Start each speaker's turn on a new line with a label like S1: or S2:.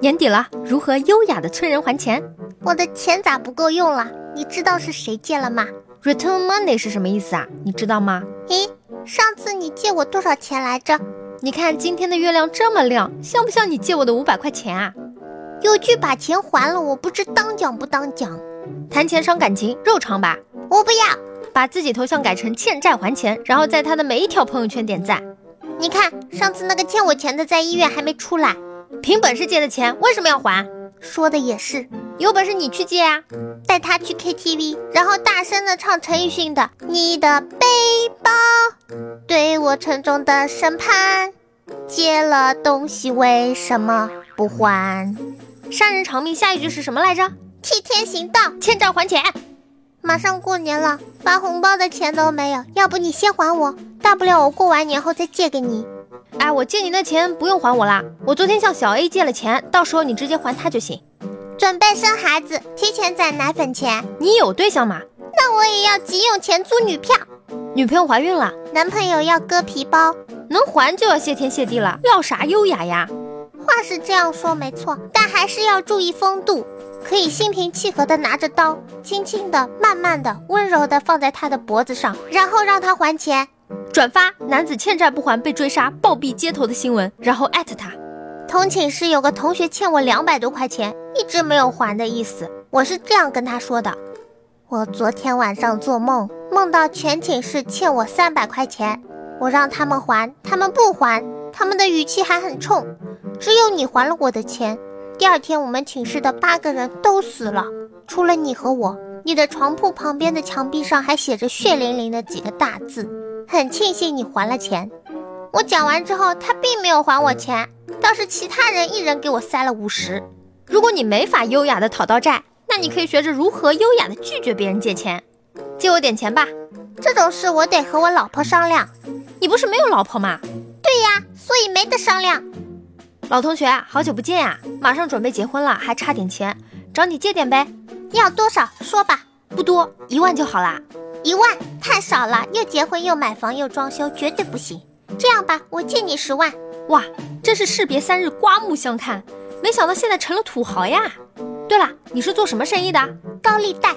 S1: 年底了，如何优雅的催人还钱
S2: 我的钱咋不够用了？你知道是谁借了吗？
S1: ？Return money 是什么意思啊？你知道吗？
S2: 咦，上次你借我多少钱来着？
S1: 你看今天的月亮这么亮，像不像你借我的五百块钱啊？
S2: 有句把钱还了，我不知当讲不当讲。
S1: 谈钱伤感情，肉偿吧，
S2: 我不要，
S1: 把自己头像改成欠债还钱，然后在他的每一条朋友圈点赞。
S2: 你看上次那个欠我钱的在医院还没出来，
S1: 凭本事借的钱为什么要还？
S2: 说的也是，
S1: 有本事你去借啊！
S2: 带他去 KTV，然后大声的唱陈奕迅的《你的背包》，对我沉重的审判，借了东西为什么不还？
S1: 杀人偿命，下一句是什么来着？
S2: 替天行道。
S1: 欠债还钱。
S2: 马上过年了，发红包的钱都没有，要不你先还我，大不了我过完年后再借给你。
S1: 哎，我借你的钱不用还我啦，我昨天向小 A 借了钱，到时候你直接还他就行。
S2: 准备生孩子，提前攒奶粉钱，
S1: 你有对象吗？
S2: 那我也要急用钱租女票，
S1: 女朋友怀孕了，
S2: 男朋友要割皮包。
S1: 能还就要谢天谢地了，要啥优雅呀？
S2: 话是这样说没错，但还是要注意风度，可以心平气和的拿着刀，轻轻的、慢慢的、温柔的放在他的脖子上，然后让他还钱。
S1: 转发男子欠债不还被追杀暴毙街头的新闻，然后艾特他。
S2: 同寝室有个同学欠我两百多块钱，一直没有还的意思。我是这样跟他说的：我昨天晚上做梦，梦到全寝室欠我三百块钱，我让他们还，他们不还，他们的语气还很冲。只有你还了我的钱。第二天，我们寝室的八个人都死了，除了你和我。你的床铺旁边的墙壁上还写着血淋淋的几个大字：很庆幸你还了钱。我讲完之后，他并没有还我钱，倒是其他人一人给我塞了五十。
S1: 如果你没法优雅的讨到债，那你可以学着如何优雅的拒绝别人借钱。借我点钱吧，
S2: 这种事我得和我老婆商量，
S1: 你不是没有老婆吗？
S2: 所以没得商量。
S1: 老同学，好久不见呀、马上准备结婚了，还差点钱，找你借点呗，
S2: 要多少说吧，
S1: 不多，一万就好啦。
S2: 一万太少了，又结婚又买房又装修，绝对不行。这样吧，我借你十万，
S1: 哇，真是士别三日，刮目相看。没想到现在成了土豪呀！对了，你是做什么生意的？
S2: 高利贷。